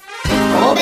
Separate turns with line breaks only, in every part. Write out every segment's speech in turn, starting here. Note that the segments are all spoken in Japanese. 神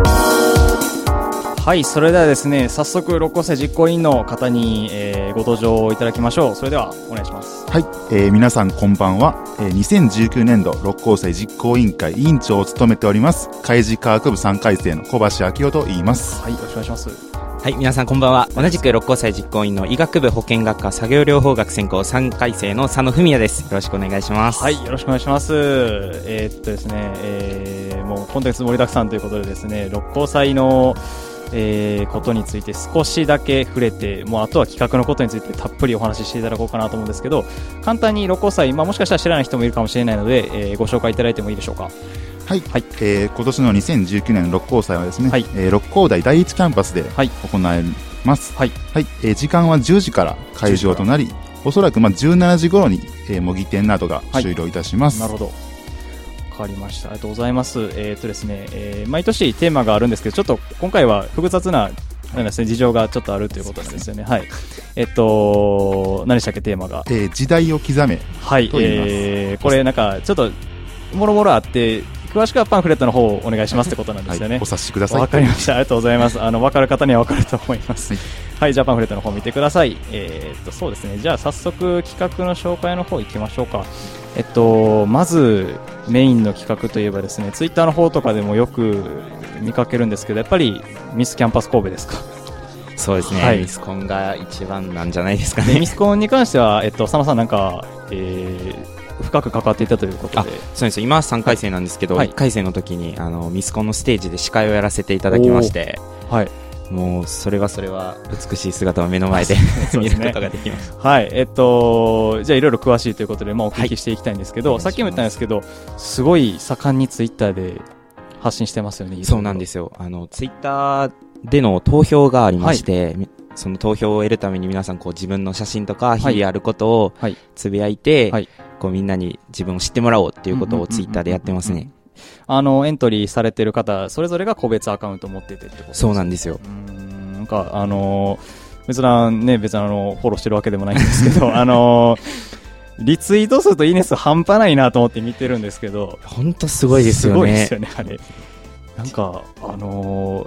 はいそれではですね早速六甲祭実行委員の方に、えーご登場いただきましょうそれではお願いします
はい、えー皆さんこんばんは、えー2019年度六甲祭実行委員会委員長を務めております海事科学部3回生の小橋明夫と言います
はいよろしくお願いします
はい、皆さんこんばんは。同じく六甲祭実行委員の医学部保健学科作業療法学専攻3回生の佐野文也です。よろしくお願いします。
はい、よろしくお願いします。えーっとですね、えーもうコンテンツ盛りだくさんということでですね、六甲祭の、えーことについて少しだけ触れて、もうあとは企画のことについてたっぷりお話ししていただこうかなと思うんですけど、簡単に六甲祭、まあ、もしかしたら知らない人もいるかもしれないので、えーご紹介いただいてもいいでしょうか。
はい、
はい
えー今年の2019年の六甲祭はですね、
はい
えー六甲台第一キャンパスで
はい
行います
はい
はいえー時間は10時から会場となりおそらくまあ17時頃に、えー模擬店などが終了いたします、
なるほど。わかりました。ありがとうございます。えーっとですね、えー毎年テーマがあるんですけど、ちょっと今回は複雑な、なんですね、事情がちょっとあるということなんですよね。はい。えっと、何でしたっけ、テーマが。
えー時代を刻め
はい、
と言います
えー、これなんかちょっともろもろあって詳しくはパンフレットの方をお願いしますってことなんですよ
は
ね
い、お察しください
わかりましたありがとうございますあの分かる方には分かると思います
は
はいじゃあパンフレットの方見てくださいえーっとそうですねじゃあ早速企画の紹介の方行きましょうかえっとまずメインの企画といえばですねツイッターの方とかでもよく見かけるんですけどやっぱりミスキャンパス神戸ですか
そうですね、
はい
ミスコンが一番なんじゃないですか
で
ね
ミ。スコンに関してはえっと佐野さんなんか、えー深く関わっていたということ
あ
で
そうです今3回生なんですけど、
はい
1回生の時にあのミスコンのステージで司会をやらせていただきまして
はい
もうそれはそれは美しい姿を目の前で
そうで
見
す
る
ね
ことができました
はい、えっと、じゃあいろいろ詳しいということで、まあ、お聞きしていきたいんですけど、
はい
さっきも言ったんですけど、すごい盛んにツイッターで発信してますよね、。
そうなんですすよ。あの、ツイッターでの投票がありまして、みその投票を得るために皆さんこう自分の写真とか日々やることを
はい
つぶやいて、
はい
こうみんなに自分を知ってもらおうっていうことをツイッターでやってます
うんうん
ね。
あの、エントリーされてる方、それぞれが個別アカウント持っててってこと
そうなん
で
ですよ。
す。うーんなんか、あの別なね、別にあの、フォローしてるわけでもないんですけど、あのリツイート数といいね数半端ないなと思って見てるんですけど、
本当すごいですよ
す
ね。
ごいですよね、あれ。なんか、あの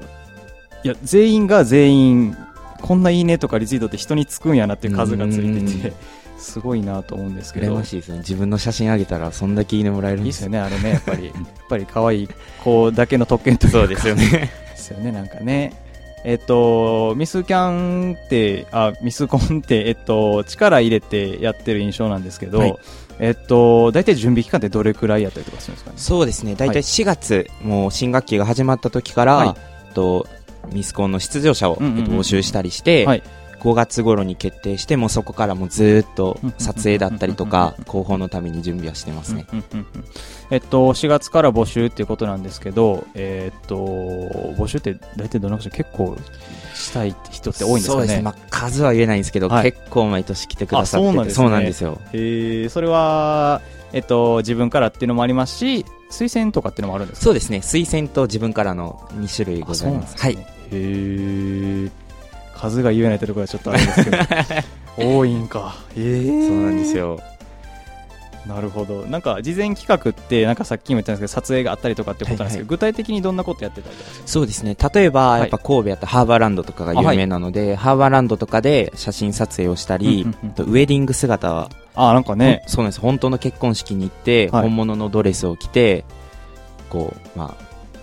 ーいや、全員が全員、こんないいねとかリツイートって人につくんやなっていう数がついてて、すごいなと思うんですけ
羨
ど
ま。しいですね。自分の写真あげたら、そんだけいいねもらえるん
いい
で
ですすよ
よね。
ね、あれね、やっぱり、 やっぱり可愛い子だけの特権というか、
すよね。
ですよね、なんかね。えっと、ミスキャンって、あ、ミスコンって、えっと、力入れてやってる印象なんですけど、
はい
えっと、大体準備期間ってどれくらいやったりとかするんですかね。
そうですね。大
はい
体4月、もう新学期が始まった時から、
はい
えっとミスコンの出場者を、
うんうんうん
えっと募集したりして、
はい
5月頃に決定して、もうそこからもうずーっと撮影だったりと
うんうん
か
うん、
広報のために準備はしてますね。
うんうんうんうんえっと、4月から募集っていうことなんですけど、えっと、募集って大体どのくらい結構したいって人って多いんですか
そう
ね。
ですね。まあ、数は言えないんですけど、
はい
結構毎年来てくださってて
あそうなんですね
そうなんですよ。
えーそれは、えっと、自分からっていうのもありますし、推薦とかっていうのもあるんですか
そうですね。推薦と自分からの2種類ございます。はい。
へー数が言えないってところはちょっとあれです けど多いんかえー
そうなんですよ。
なるほどなんか事前企画ってなんかさっきも言ったんですけど撮影があったりとかってことなんですけど、
はいはい
具体的にどんなことやってたりとかする
そうですね。例えば、
い
やっぱ神戸やったらハーバーランドとかが有名なので、ハーバーランドとかで写真撮影をしたり、
うんうんうん
あとウェディング姿は、
あなんかね
そうなんです。本当の結婚式に行って、
はい
本物のドレスを着て、こう、ま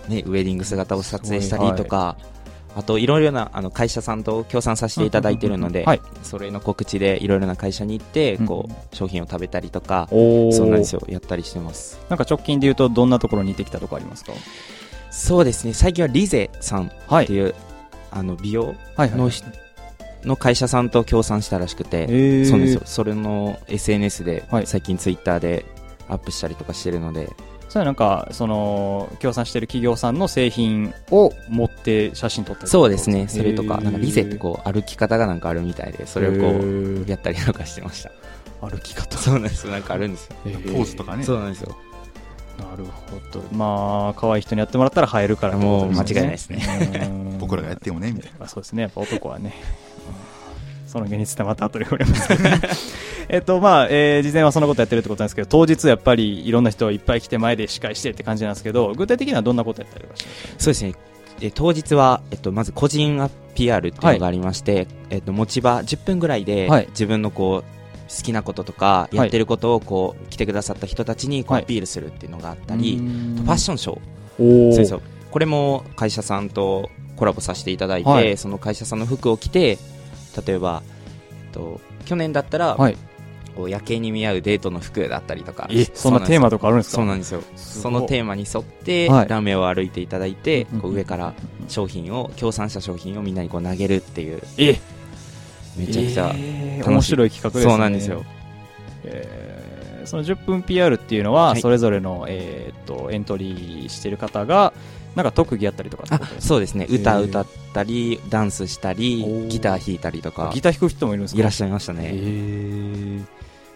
あ、ね、ウェディング姿を撮影したりとか、あと、いろいろなあの会社さんと協賛させていただいてるので、
はい
それの告知でいろいろな会社に行って、こ
うん
う、商品を食べたりとか、
お
そうなんです
よ
よ。やったりしてます。
なんか直近で言うとどんなところに似てきたとかありますか
そうですね。最近はリゼさん
は
っていう、あの、美容
はい
のしの会社さんと協賛したらしくて、
えー
そうなんですよそれの SNS で、
はい
最近ツイッターでアップしたりとかしてるので
それはなんかその協賛してる企業さんの製品を持って写真撮ったりとか
そうですねそれとか
へー
なんかリゼってこう歩き方がなんかあるみたいでそれを
へ
こ
ー
うやったりなんかしてました
歩き方
そうなんですなんかあるんですよ
ポ
ポーズとかね
そうなんですよ
なるほど。まあ、可愛い人にやってもらったら映えるからってこと
もう間違いないです
ね。うん
僕らがやってもねみたいな
まあそうですね。やっぱ男はね。うんその現実ってまた後で触れますけど えっと、まあ、えー事前はそのことやってるってことなんですけど、当日やっぱりいろんな人いっぱい来て前で司会してって感じなんですけど、具体的にはどんなことやったりとかしてます
そうですねで当日は、えっと、まず個人ア PR っていうのがありまして、えっと、持ち場10分ぐらいで、
はい
自分のこう好きなこととかやってることをこう、来てくださった人たちにこう
はい
アピールするっていうのがあった
か
り、あとファッションショー
お
そうですよこれも会社さんとコラボさせていただいて、
はい
その会社さんの服を着て例えば、えっと、去年だったら、
はい
こう夜景に見合うデートの服だったりとか
え、そんなテーマとかあるんですか
そうなんですよそのテーマに沿って、
はい
ラメを歩いていただいて、
うんうん
こう上から商品を協賛した商品をみんなにこう投げるっていう
え
めちゃくちゃ、
えー
楽し
面白い企画ですね。
そうなんですよ。
えーその10分 PR っていうのは、
はい
それぞれの、えーっとエントリーしてる方が、なんか特技やったりとかって
あ
ことですか
そうですね
えー
歌歌ったりダンスした
お
り
ー
ギター弾いたりとか
ギター弾く人もいるんですか
いらっ
ゃ
しゃいましたね、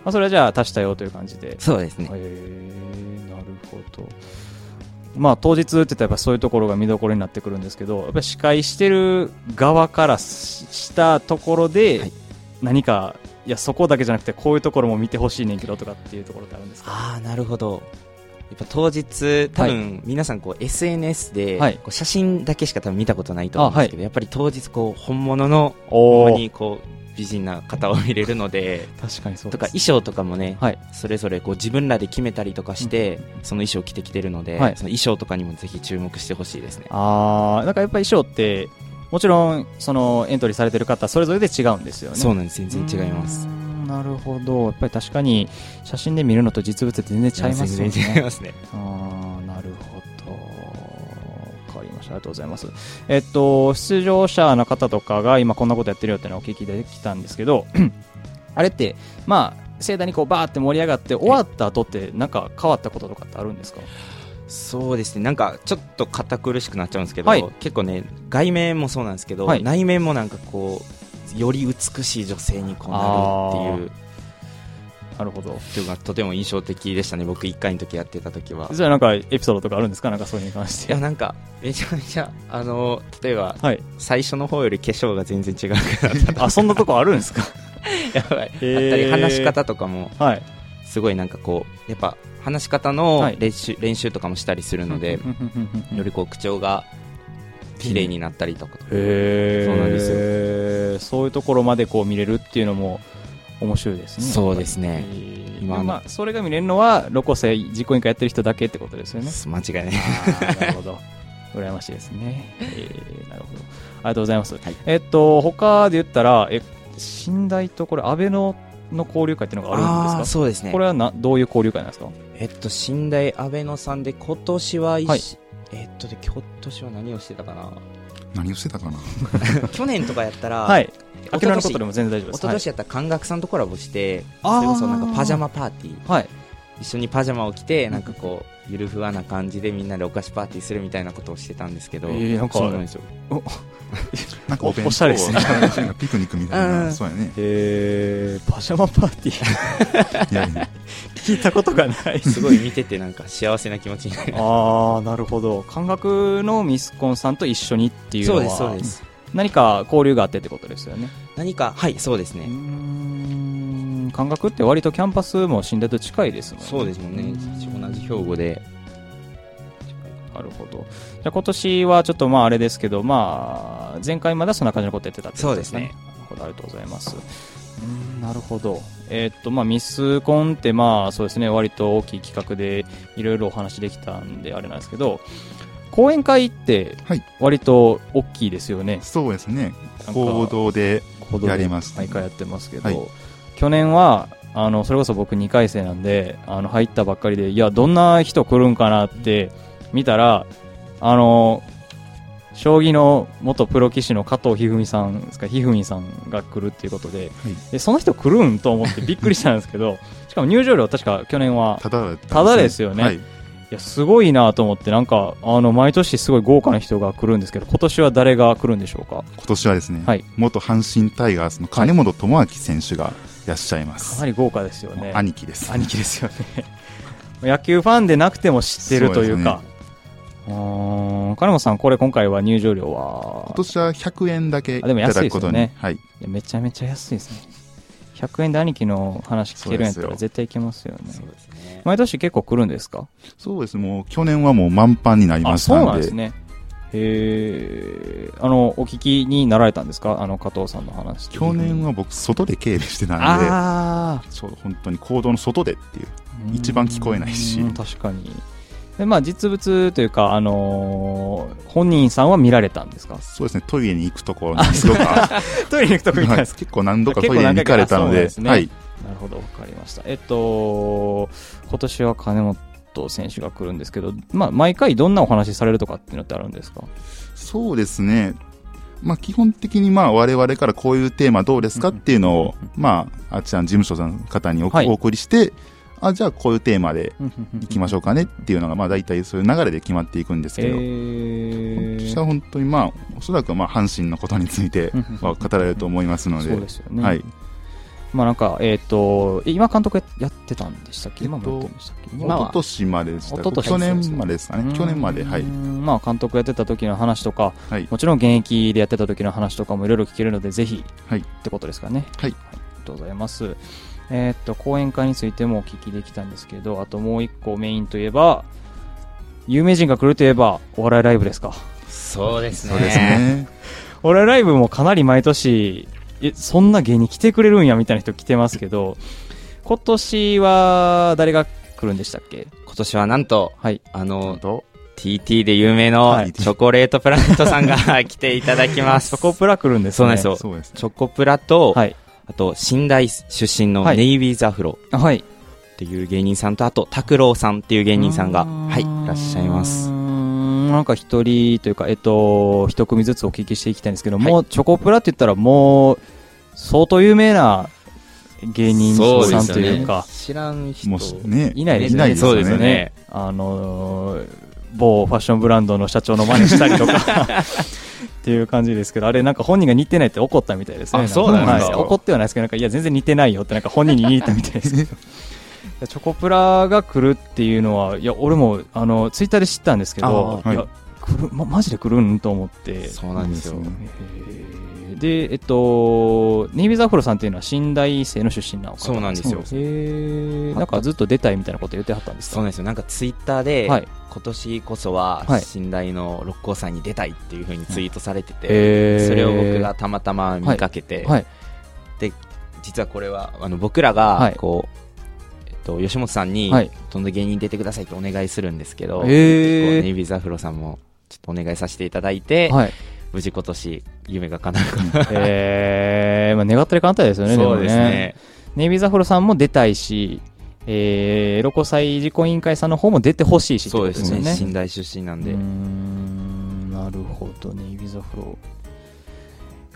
まあ、それはじゃあ足したよという感じで。
そうですね
えーなるほど。まあ、当日って言ったらやっぱそういうところが見どころになってくるんですけど、やっぱり司会してる側からししたところで、
はい
何か、いや、そこだけじゃなくて、こういうところも見てほしいねんけどとかっていうところってあるんですか
ああなるほどやっぱ当日多分皆さんこう SNS で
はい
こう写真だけしか多分見たことないと思うんですけど、やっぱり当日こう本物の
お
ほ
ー
んまにこう美人な方を見れるので
確かに そう
と
です
か衣装とかもね、
はい
それぞれこう自分らで決めたりとかして、その衣装着てきてるので、
はい
その衣装とかにもぜひ注目してほしいですね
ああなんかやっぱり衣装ってもちろんそのエントリーされてる方それぞれで違うんですよね
そうなんです全然違います
うーんなるほどやっぱり確かに写真で見るのと実物って全然ちゃいますよ
全然違い
ね
ますね
ああなるほどわかりましたありがとうございますえっと出場者の方とかが今こんなことやってるよっていうのをお聞きできたんですけど あれってまあ盛大にこうバーって盛り上がって終わった後ってなんか変わったこととかってあるんですか
そうですねなんかちょっと堅苦しくなっちゃうんですけど、
はい
結構ね外面もそうなんですけど、
はい
内面もなんかこうより美しい女性にこうなるっていう
なるほど。
というかとても印象的でしたね僕1回の時やってた時は
じゃあなんかエピソードとかあるんですかなんかそういうのに関し
い
て
や。なんかめちゃめちゃあの例えば
はい。
最初の方より化粧が全然違うくなっ
あ、そんなとこあるんですか
たやばい、
へー
あったり話し方とかも
はい。
すごいなんかこうやっぱ話し方の
はい
練習,、練習とかもしたりするの で
うんうんうんうん
よりこう口調が綺麗になったりとか
へー
そうなんですよ
そういうところまでこう見れるっていうのも面白いですね。
そうですね
えー
今の
まあ、それが見れるのは、ロコセ実行委員会やってる人だけってことですよね。
間違い ない
あーなるほど。羨ましいですね。えーなるほど。ありがとうございます。
はい
えっと、他で言ったら、え、信頼とこれ、安倍のの交流会っていうのがあるん
ー
ですか
そうですね
これはなどういう交流会なんですか
えっと寝台安倍野さんで今年は一、
はい
えっとで今年は何をしてたかな
何をしてたかな
去年とかやったら、
はい。
一
明
昨
けの
年
ことでも全然大丈夫
一
です。
昨年やったら感覚さんとコラボして、
あー
それこそなんかパジャマパーティー
はい。
一緒にパジャマを着てなんかこうゆるふわな感じでみんなでお菓子パーティーするみたいなことをしてたんですけど、
えーなんか
そうなんですよ
なんかお弁当
おしゃれですね
なんか ピクニックみたいな、
うん
そうやね
えー、パジャマパーティー
いやい や
聞いたことがないです
すごい見ててなんか幸せな気持ちになる
ああなるほど感覚のミスコンさんと一緒にって いうの
そ
は
うですそうです
何か交流があってってことですよね
何かはいそうですね、
うーん感覚って割とキャンパスも信頼と近いですもんね
そうですもんね同じ兵庫で
なるほどじゃあ今年はちょっとまああれですけどまあ前回まだそんな感じのことやってたってことか
そう
なるほどありがとうございますうーんなるほどえーっとまあミスコンってまあそうですね割と大きい企画でいろいろお話できたんであれなんですけど講演会って
はい
割と大きいですよね、
そうですね
なんか
行動で
行動
や
で
りました
毎回やってますけど、
はい
去年はあのそれこそ僕2回生なんであの入ったばっかりでいやどんな人来るんかなって見たらあの将棋の元プロ棋士の加藤一二三さんですか一二三さんが来るっていうことで,、
い
でその人来るんと思ってびっくりしたんですけど しかも入場料確か去年は
ただだったん
ただですよね
はい、
いやすごいなと思ってなんかあの毎年すごい豪華な人が来るんですけど今年は誰が来るんでしょうか
今年はですね、
はい
元阪神タイガースの金本智明選手がいらっしゃいま
か
す
なり豪華ですよね。
兄貴です
兄貴ですよね 野球ファンでなくても知ってるというかう、ーん金本さんこれ今回は入場料は
今年は100円だけい
あでも
ただ
安い
く
です
こ
よ
とに、
ね
はい、
いやめちゃめちゃ安いですね100円で兄貴の話聞けるんやった
そう
ら
ですよ
絶対行けますよね
そうですね
毎年結構来るんですか
そうですもう去年はもう満帆になりま
あ
し
そ
た
うんなん
で
ですねへえあのお聞きになられたんですかあの加藤さんの話
去年
は
は僕外で警備してたんで
ああ
そう本当に行動の外でっていう一番聞こえないし
うん確かにでまあ実物というか、あのー本人さんは見られたんですか
そうですねトイレに行くところにすごくあ
トイレに行くとこ 見たん
はい
ですか
結構何度かトイレに行かれた
結構何回かそうな
ので
んですね
はい、
なるほど、わかりました。えっと、今年は金本選手が来るんですけど、まあ、毎回どんなお話しされるとかっていうのってあるんですか
そうですねまあ基本的にまあ我々からこういうテーマどうですかっていうのをまああっちゃん事務所さんの方にお,、
はい
送りしてあじゃあこういうテーマで
行
行きましょうかねっていうのがまあ大体そういう流れで決まっていくんです
え
けど、私は
ー、
本当にまあおそらくまあ阪神のことについて
うん
は語られると思いますので
そうですよね。
はい、
まあなんか、えっ、と、え今監督やってたんでしたっけ今もやってましたっけ、
一
今
昨年まででした
一昨年
去年までですかね去年までは
う
い
ー、んまあ監督やってた時の話とか、
はい、
もちろん現役でやってた時の話とかもいろいろ聞けるので、ぜひ、
はい
ってことですかね。
はい
ありがとうございます。えーっと、講演会についてもお聞きできたんですけど、あともう一個メインといえば、有名人が来るといえば、お笑いライブですか。
そうですね
そうですね
お笑いライブもかなり毎年、え、そんな芸人来てくれるんやみたいな人来てますけど、今年は誰が来るんでしたっけ
今年はなんと
はい。
あ
あ
の
と
TT で有名の
はい
チョコレートプラネットさ んが来ていただきます
チョコプラ来るんですね。
そうなんですよ
そうですね
チョコプラと、
はい。
あと新大出身の
はい
ネイビーザフロ
あはい。
っていう芸人さんと、あと拓郎さんっていう芸人さんが
うー
はいいらっしゃいます
うーんなんか一人というか、えっと、一組ずつお聞きしていきたいんですけど、もうチョコプラって言ったらもう、相当有名な芸人
そう
さ
で
ん
すよ
と
ね
いうか、
知らん人
もうね
いないです
いな
ね。
いですよね
あのー某ファッションブランドの社長の真似したりとかっていう感じですけどあれなんか本人が似てないって怒ったみたいですね
あそうなんですか
はい怒ってはないですけどなんかいや全然似てないよってなんか本人に言ったみたいですけどいやチョコプラが来るっていうのはいや俺もあのツイッターで知ったんですけど
あー
いや
は
来るまマジで来るんと思って
そうなんですよ。
うん
えーでえっとネイビーザフロさんっていうのは新大生の出身なのか
そうなんですよ
へーなんかずっと出たいみたいなこと言ってはったんです
そ
か
うなんですよ。なんかツイッターで、
はい
今年こそは
はい
信頼の六甲山に出たいっていうふうにツイートされてて、
へー
それを僕がたまたま見かけて、
はい
実はこれはあの僕ら
は
が
い
こう、えっと、吉本さんに、
はい
どんどん芸人出てくださいってお願いするんですけど、
へー
こうネイビーザフロさんもちょっとお願いさせていただいて、
はい
無事今年夢が叶うかな、
えー、まあ願ったり簡単ですよね、
そうです
も
ね。
ネイビーザフロさんも出たいし、えー、ロコ祭事故委員会さんの方も出てほしいしって
そ
こ
う
と
で
ですすよ
ね。
ね。
信頼出身なんで
うー。んなるほど、ネイビーザフロ。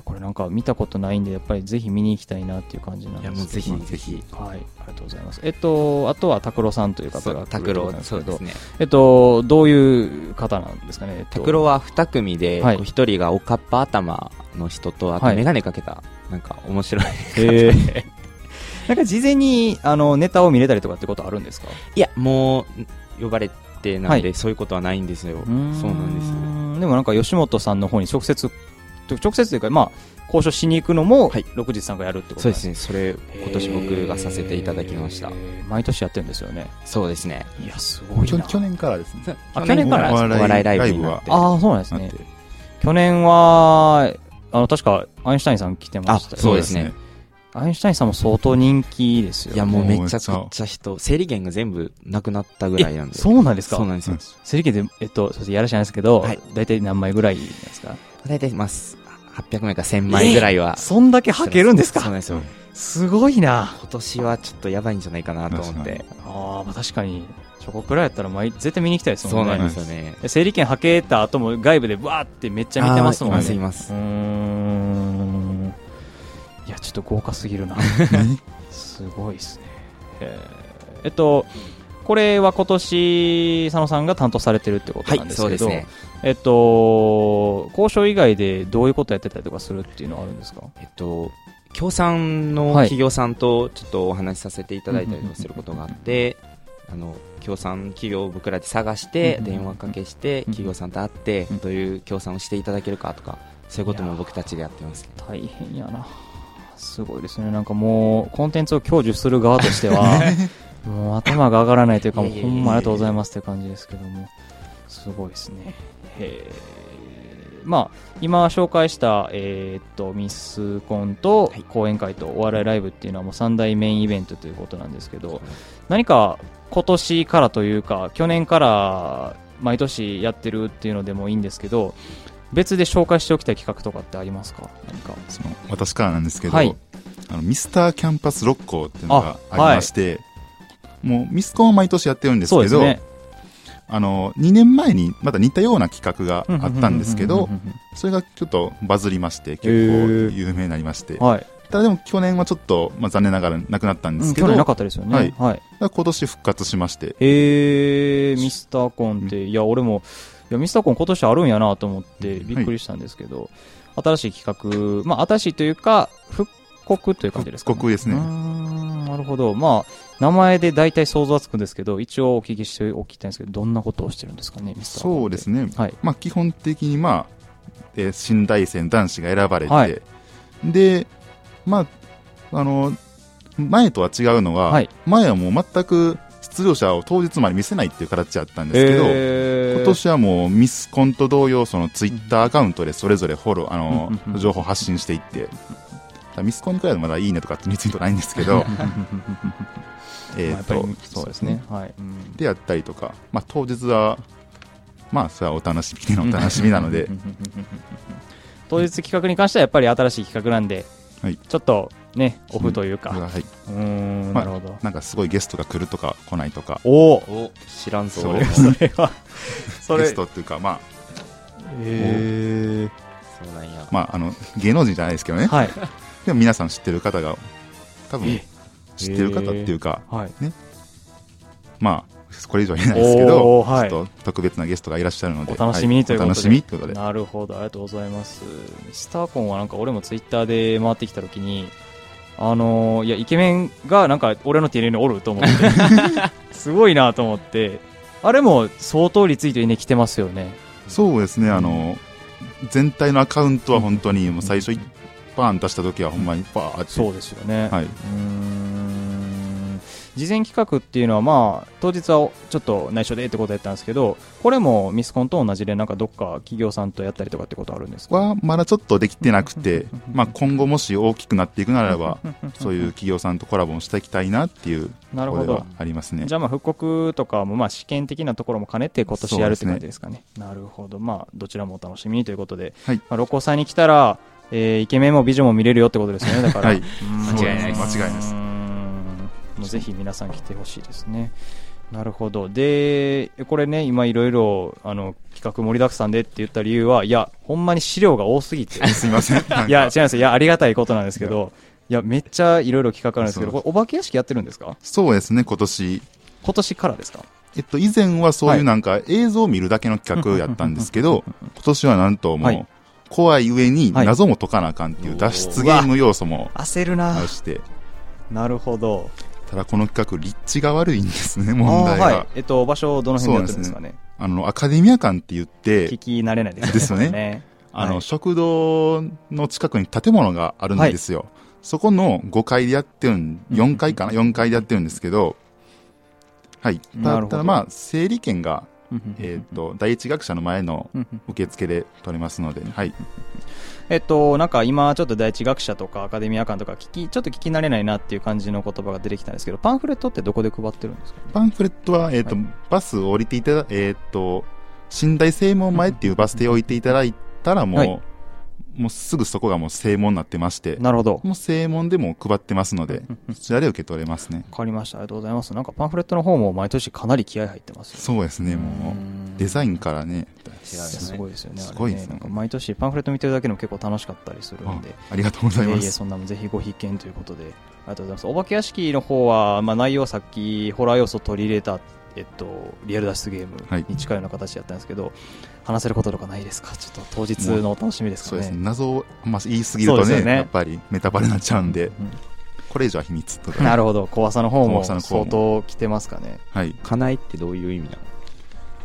これなんか見たことないんで、やっぱりぜひ見に行きたいなっていう感じなん
い
で
や、
す
もうぜ
けど
ひぜひ。
はい、ありがとうございます。えっと、あとは拓郎さんという方
そう
が
拓郎、
そ
そうう
で
ですす
ね。
ね。
えっと、どういう方なんですかね。えっと
拓郎は2組で、
はい
こう一人がおかっぱ頭の人と、あと
はい
眼鏡かけた、なんか面白い。
へーなんか事前にあのネタを見れたりとかってことあるんですか
いや、もう、呼ばれてなんで、
は
そういうことはないんですよ。そう
うーん
なんですよ。
でもなんか吉本さんの方に直接と直接というかまあ交渉しに行くのも
はい
六時さんがやるってこと
そう
なん
ですね、それ、今年僕がさせていただきました
へ。ー毎年やってるんですよね
そうですね。
いやすごい
去
な
去年からですね。
あ去年から
お
お笑いライブにな
は
って。
ああそうなんです
なって
ね去年はあの確かアインシュタインさん来てましたよ
あそうですね
アインシュタインさんも相当人気ですよ
いや、もうめ
めっ
ち
ち
ゃ
ゃ
くちゃ人、整理券が全部なくなったぐらいなんで。
そうなんですか
そうなんですよ。
整理券でえっとそしてやらしいんですけど
はい
大体何枚ぐらいなんですか
大体、まあ、す800枚か1000枚ぐらいは。
そんだけはけるんです
そうなん
か
ですよ。
すごいな
今年はちょっとやばいんじゃないかなと思って。
あーまあ確かにチョコプラやったら毎絶対見に行きたいです
そ
も
うん
ね
なんですよね。
整理券はけた後も外部でわーってめっちゃ見てますもんね
あーいますいます
うーんいやちょっと豪華すぎる なすごいですねえーえっとこれは今年佐野さんが担当されてるってこと
は
なん
い、
で
そ
す
う
け
で
ど、
すね。
えっと交渉以外でどういうことやってたりとかするっていうのはあるんですか
えっと、協賛の
はい
企業さんとちょっとお話しさせていただいたりとかすることがあって、あの、協賛企業を僕らで探して
う、ん
電話かけして、
ん
企業さんと会って
うん、
どういう協賛をしていただけるかとか、そういうことも僕たちでやってますね。
大変やなすごいですねなんかもうコンテンツを享受する側として はもう頭が上がらないというかもう
いやいや
ほ
いやいや
んまありがとうございますという感じですけどもすごいですねへえまあ今紹介した、えーっとミスコンと
はい
講演会とお笑いライブっていうのはもう3大メインイベントということなんですけど何か今年からというか去年から毎年やってるっていうのでもいいんですけど別で紹介しておきたい企画とかってありますか何か
その私からなんですけど、
はい
あのミスターキャンパス六甲っていうのがあり
あ
まして、もうミスコンは毎年やってるんです
そう
け
です
ど、
ね
あの2年前にまた似たような企画があったんですけど
うんうんうんうん
それがちょっとバズりまして結構
へー
有名になりまして、
うんはい、
ただでも去年はちょっと、まあ、残念ながらなくなったんですけど、
去年なかったですよね。は
はいい。今年復活しまして
えー、ミスターコンって、いや、俺も、いや、ミスターコン今年あるんやなと思ってびっくりしたんですけど、新しい企画、まあ、新しいというか、復刻という感じですか、
復刻ですね
うーんなるほど。まあ、名前で大体想像はつくんですけど、一応お聞きしておきたいんですけど、どんなことをしてるんですかね、ミスターコンって。
そうですね、
はい。
まあ、基本的に、まあえー新大戦男子が選ばれて、
はい
で、まあ、あの前とは違うのは、
はい
前はもう全く出場者を当日まで見せないっていう形だったんですけど、
えー
今年はもうミスコンと同様そのツイッターアカウントでそれぞれフォローあの
うんうんうん
情報発信していってミスコンに比べてまだいいねとかってリツイートないんです けどえ
まあや
ー
っ
と
ぱりそうですね。はい。うん
でやったりとか、まあ、当日はまあそれはお楽しみのお楽しみなので
うん当日企画に関してはやっぱり新しい企画なんで、
はい
ちょっとねオフというか、
はい、
うーんな
まあ
るほど
なんかすごいゲストが来るとか来ないとか
おお
お知らんぞ。
そう
そ
それはそ
ゲ
れ
ストっていうか、ま
え
うなんや
あ。まあ、あの芸能人じゃないですけどね、
はい
でも皆さん知ってる方が多分
え
知ってる方っていうか、
はい
まあ、これ以上は言えないですけど、
おーはい
ちょっと特別なゲストがいらっしゃるので
お楽しみにということで
はお楽しみということで
なるほど、ありがとうございます。ミスターコンはなんか俺もツイッターで回ってきたときに、あのーいや、イケメンがなんか俺の TN におると 思って、すごいなと思って、あれも相当リツイートにね来てますよね。
そうですねあの全体のアカウントは本当にもう最初いパーン出した時はほんまにパーって
そうですよね。
はいう
ーん事前企画っていうのは、まあ、当日はちょっと内緒でってことやったんですけど、これもミスコンと同じで、なんかどっか企業さんとやったりとかってことあるんですか
はまだちょっとできてなくて、まあ、今後もし大きくなっていくならばそういう企業さんとコラボもしていきたいなっていう
なる
とこ
ほ
ろで
ど
は。ありますね
じゃあまあ復刻とかもまあ試験的なところも兼ねて今年やるって感じですかね。なるほど。まあどちらもお楽しみにということで、
はい
まあ、ロコさんに来たら、えーイケメンも美女も見れるよってことですよね。だから。
はい
間
間違いないです間違いないです
もうぜひ皆さん来てほしいですね。なるほど。で、これね、今いろいろ、あの、企画盛りだくさんでって言った理由は、いや、ほんまに資料が多す ぎて。
すい ません
いや、違います。いや、ありがたいことなんですけど、いや、めっちゃいろいろ企画あるんですけど、こ
そ
れお化け屋敷やってるんですか
そうですね今年
今年からですか
えっと、以前はそう
はいいう
なんか映像を見るだけの企画やったんですけど、今年はなんとも
は
う
い、
怖い上に
はい
謎も解かなあかんっていう脱出ゲーム要素も
焦るな
ありして、
なるほど
ただこの企画、立地が悪いんですね、問題
あーは
が
い。えっと場所どの辺でやってるんですかね
あの、アカデミア館って言っ
聞
て、
き慣れないですよね
ですよ ねあの、食堂の近くに建物があるんですよ。そこの5階でやってるん、4階かな ?4 階でやってるんですけど、はい。
な
た
るほど
ただまあ、整理券が、
え
えっと、第一学者の前の受付で取れますので、はい。
えっと、なんか今、ちょっと第一学者とかアカデミア館とか聞き、ちょっと聞き慣れないなっていう感じの言葉が出てきたんですけど、パンフレットってどこで配ってるんですか
パンフレットは、えっ、と、
は
バスを降りていただ、えっ、と、寝台正門前っていうバス停を置いていただいたら、もう、
はい
もうすぐそこがもう正門になってまして、
なるほど。
もう正門でも配ってますので、そちらで受け取れますね。
わかりました。ありがとうございます。なんかパンフレットの方も毎年かなり気合入ってますよね
そうですね、もう、デザインからね、
すごいですよね。
すごいですね
あれなんか毎年パンフレット見てるだけでも結構楽しかったりする
あ
んで、
ありがとうござい
え
ま
いえ
す。
そんなもんぜひご必見ということでありがとうございますお化け屋敷の方は、まあ、内容はさっきホラー要素を取り入れた、えっと、リアル脱出ゲーム
はい
に近いような形だったんですけど、話せることとかないですかちょっと当日のお楽しみです
そ
か
う
ね
ですね、謎をあんま言いすぎる
そ
と
うで
ね
すよね
やっぱりネタバレになっちゃうんで、
うん
これ以上は秘密とか、
なるほど怖さの方も
怖さの方も
相当来てますか ね
はい。
かなえってどういう意味なの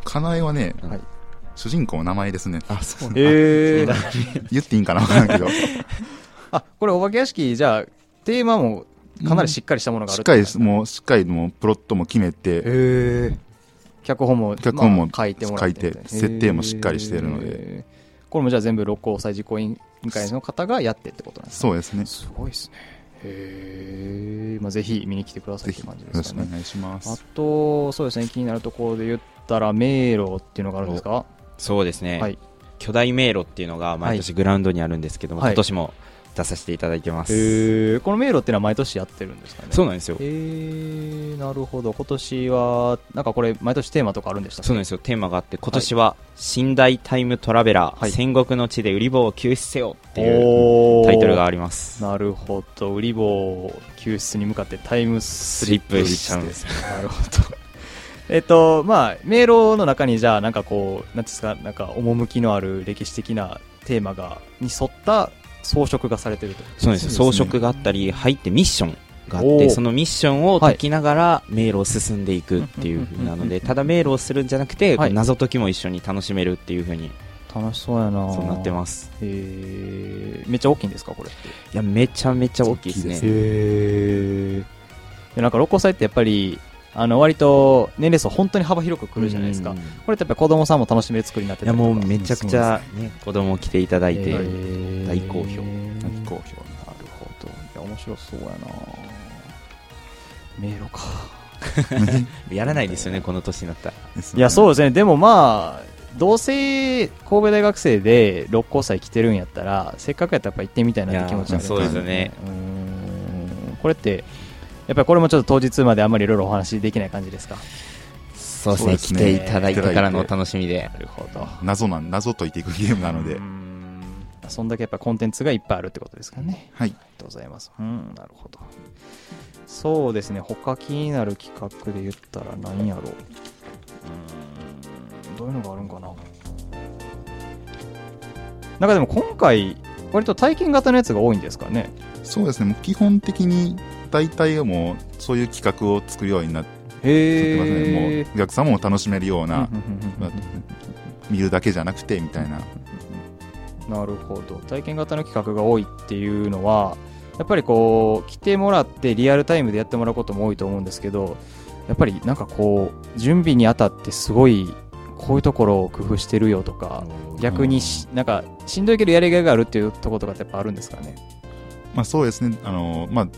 かなえはね、
はい
主人公の名前ですね。あ、そう
えー、
言っていいんかなわからんけど。
あこれお化け屋敷じゃあテーマもかなりしっかりしたものがあ
し
る
っかり
て、こと
もう、しっかりもうプロットも決めて、
へえ脚本も
脚本も
まあ書いてもらってみたな
書いて設定もしっかりしてるので
へーこれもじゃあ全部六甲祭事故委員会の方がやってってことなんですね
そうですね。
すごいですねへえ、まあ、ぜひ見に来てください
ぜ
っ
ひ、
て
よ
感じで
ろ
す
し
か
くお
ね
願いしま
あ
す。
とそうですね気になるところで言ったら迷路っていうのがあるんですか
そうですね、
はい
巨大迷路っていうのが毎年グラウンドにあるんですけども、
はい
今年も出させていただいてます、
へえこの迷路っていうのは毎年やってるんですかね
そう
う
なんですよ
へえなるほど今年はなんかこれ毎年テーマとかあるんでしたっけ
そうなんですよテーマがあって今年は「寝台タイムトラベラー、
はい
戦国の地で売り棒を救出せよ」っていう
おー
タイトルがあります
なるほど、ウリボー救出に向かってタイムス
ス
リ
リ
ッ
ッ
プ
プ
し
し
ち
ち
ゃ
ゃ
う
うんん
で
ですす
なるほど。えっと、まあ、迷路の中に、じゃあ、なんかこう、なんていうんですか、なんか、趣のある歴史的なテーマが、に沿った装飾がされてると。
そうなんです
そう
装
ですね
飾があったり入ってミッションがあっ
おー
てそのミッションを解きながら迷路を進んでいくっていう風なのでただ迷路をするんじゃなくて、
はい
謎解きも一緒に楽しめるっていう風に
楽しそうやな。
そうなってますす
えー、めっちゃ大きいんですか、これって。
いやめちゃめちゃ大きいですね
へえ。なんか、六甲祭ってやっぱり、あの、割と、年齢層本当に幅広く来るじゃないですか。
うんい
これってやっぱり子供さんも楽しめる作りになってた
や
りとか
もうめちゃくちゃ、ね、子供来ていただいて、大好
大
評
大好評
なるほどいや面白そうやな迷路か
やらないですよねこの年になったら
です
い
ね
やそうですねでもまあどうせ神戸大学生で六甲祭来てるんやったらせっかくやったらやっぱ行ってみたいなって気持ちはあります
いやーそうです
よね
うーんこれってやっぱりこれもちょっと当日まであんまりいろいろお話できない感じですか
そう
ですね
来ていただいてからのお楽しみで
なるほど
謎なん、謎解いていくゲームなので、
そんだけやっぱコンテンツがいっぱいあるってことですかね
はい
ありがとうございます。うん、なるほど。そうですね他気になる企画で言ったら何やろううーんどういうのがあるんかななんかでも今回割と体験型のやつが多いんですかね
そうですね、もう基本的に大体もうそういう企画を作るようになってますね、
へえ
もうお客様も楽しめるような、
うんうんうんうん
見るだけじゃなくてみたいな、
なるほど体験型の企画が多いっていうのはやっぱりこう来てもらってリアルタイムでやってもらうことも多いと思うんですけどやっぱりなんかこう準備にあたってすごいこういうところを工夫してるよとか逆にしなんかしんどいけどやりがいがあるっていうところとかってやっぱあるんですかね
まあ、そうですね、あのまあ、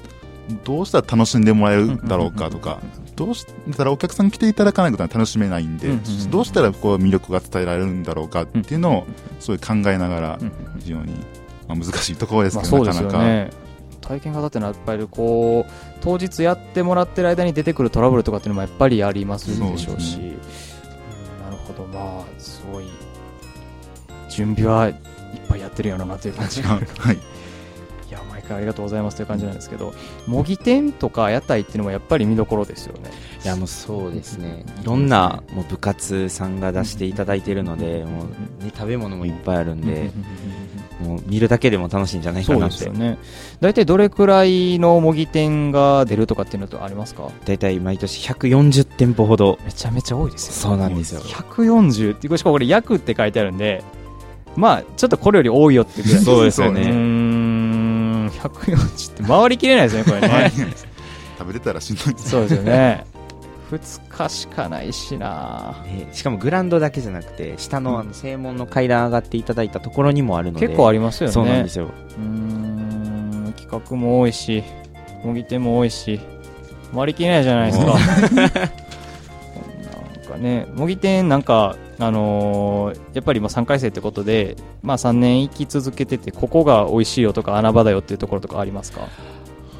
どうしたら楽しんでもらえるだろうかとか、どうしたらお客さん来ていただかないことは楽しめないんで、
うんうんうん
どうしたらこう魅力が伝えられるんだろうかっていうのを、そういう考えながら、非常に、まあ、難しいところです
まあ
けど、
そうです
な
よ
かなか。
ね体験型ってのはやっぱりこう当日やってもらってる間に出てくるトラブルとかっていうのもやっぱりありますでしょうし、
そううん
なるほどまあすごい準備はいっぱいやってるよなという感じが
はい、
いや毎回ありがとうございますという感じなんですけど模擬店とか屋台っていうのもやっぱり見どころですよね
いやもうそうですね、いろんなもう部活さんが出していただいているので、もうね、食べ物もいっぱいあるんで、もう見るだけでも楽しいんじゃない
そ
か
う
な
で
っ
す
て
よ、ね大体どれくらいの模擬店が出るとかっていうのとありますか
大体毎年140店舗ほど、
めちゃめちゃ多いですよね
そうなんですよ、
140ってこれしかもこれ「約」って書いてあるんでまあちょっとこれより多いよってぐらい
そうですよ
うー
ね、
ん140って回りきれないですねこれね
食べれたらしんどいです
そうですよね2日しかないしな
ねしかもグラウンドだけじゃなくて、下のあの正門の階段上がっていただいたところにもあるので、
結構あ
り
りますよね
そうなんですよ、
うーん企画も多いし模擬店も多いし回りきれないじゃないです かなんかね模擬店なんかあのーやっぱりまあ3回生ってことで、まあ、3年生き続けててここが美味しいよとか穴場だよっていうところとかありますか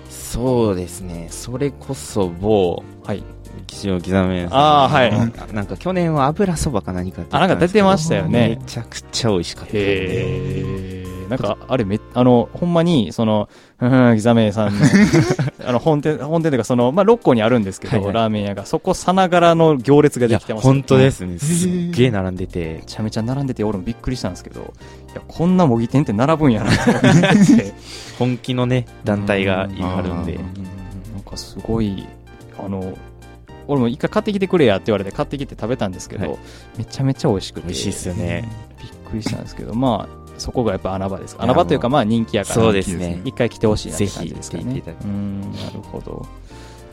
そうですね、それこそ某、
はい
歴史を刻め
あーはい
い なんか去年は油そばか何かって言った
あなんか出てましたよね
めちゃくちゃ美味しかったんで
へえなんかあれめあのほんまにそのふふんギザメさん のあの本店本店というかその、まあ、六甲にあるんですけど、
はいはい
ラーメン屋がそこさながらの行列が
い
で
や
きてます
本当
す
ですねすっげえ並んでて
めちゃめちゃ並んでて俺もびっくりしたんですけどいやこんな模擬店って並ぶんやなと思って
本気のね 団体があるんで
うんなんかすごいあの俺も一回買ってきてくれやって言われて買ってきて食べたんですけど、
はい
めちゃめちゃ美味しくて
美味しいっすよね
びっくりしたんですけどまあそこがやっぱ穴場です
や
穴場というかまあ人気やから
そうですね
一回来てほしいなって感じですか
ぜ
ね
ひ来ていただき
うんなるほど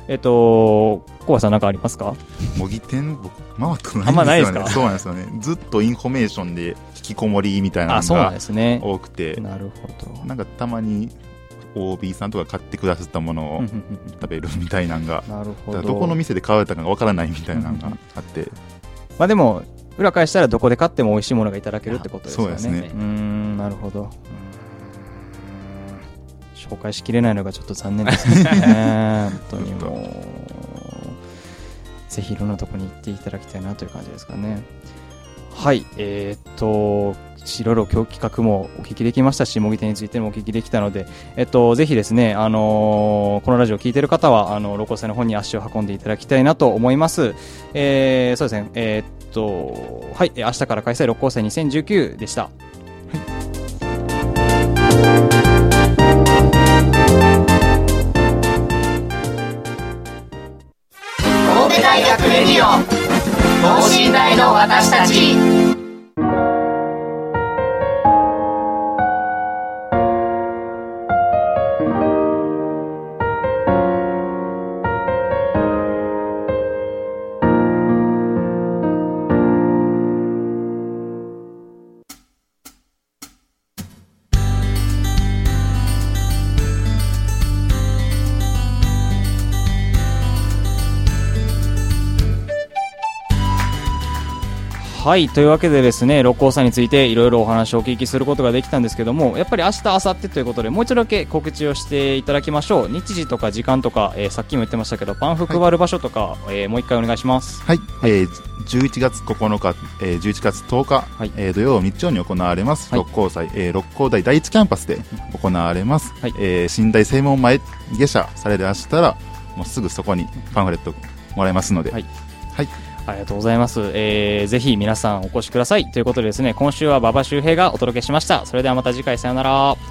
えっとコバさん何かありますか
模擬店僕回って
あんま
な
ないい
ん
で
です
すか
よねそうなんですよねずっとインフォメーションで引きこもりみたいな
あ
の
そうなん
が
ですね
多くて
なるほど
なんかたまに OB さんとか買ってくださったもの
うんうんう
を
ん
食べるみたいなんが、
なるほ
だか
ど
らどこの店で買われたかがわからないみたいなのがあって、
まあでも、裏返したらどこで買っても美味しいものがいただけるってことですよね。
あそうですね
うーん、なるほど。うーん紹介しきれないのがちょっと残念です ね。本当にもう、ぜひいろんなとこに行っていただきたいなという感じですかね。はい、えーっと、いろいろ今日企画もお聞きできましたし、模擬店についてもお聞きできたので、えっと、ぜひですね、あのーこのラジオを聞いてる方は、あの、ロコセの方に足を運んでいただきたいなと思います。えー、そうですね、えーっと、はい、えー明日から開催、六甲生2019でした。
神戸大学レディオ等身大の私たち
はい、というわけでですね、六甲山についていろいろお話をお聞きすることができたんですけども、やっぱり明日、明後日ということで、もう一度だけ告知をしていただきましょう。日時とか時間とか、えーさっきも言ってましたけど、パンフ配る場所とか、えーもう一回お願いします。
はい、えー11月9日、えー11月10日、
はい
えー土曜日曜に行われます、
はい
六甲祭、えー六甲台第一キャンパスで行われます、
はい
えー新大正門前下車されましたら、もうすぐそこにパンフレットもらえますので、
はい
はい
ありがとうございます。えー、ぜひ皆さんお越しください。ということでですね、今週は馬場周平がお届けしました。それではまた次回さようなら。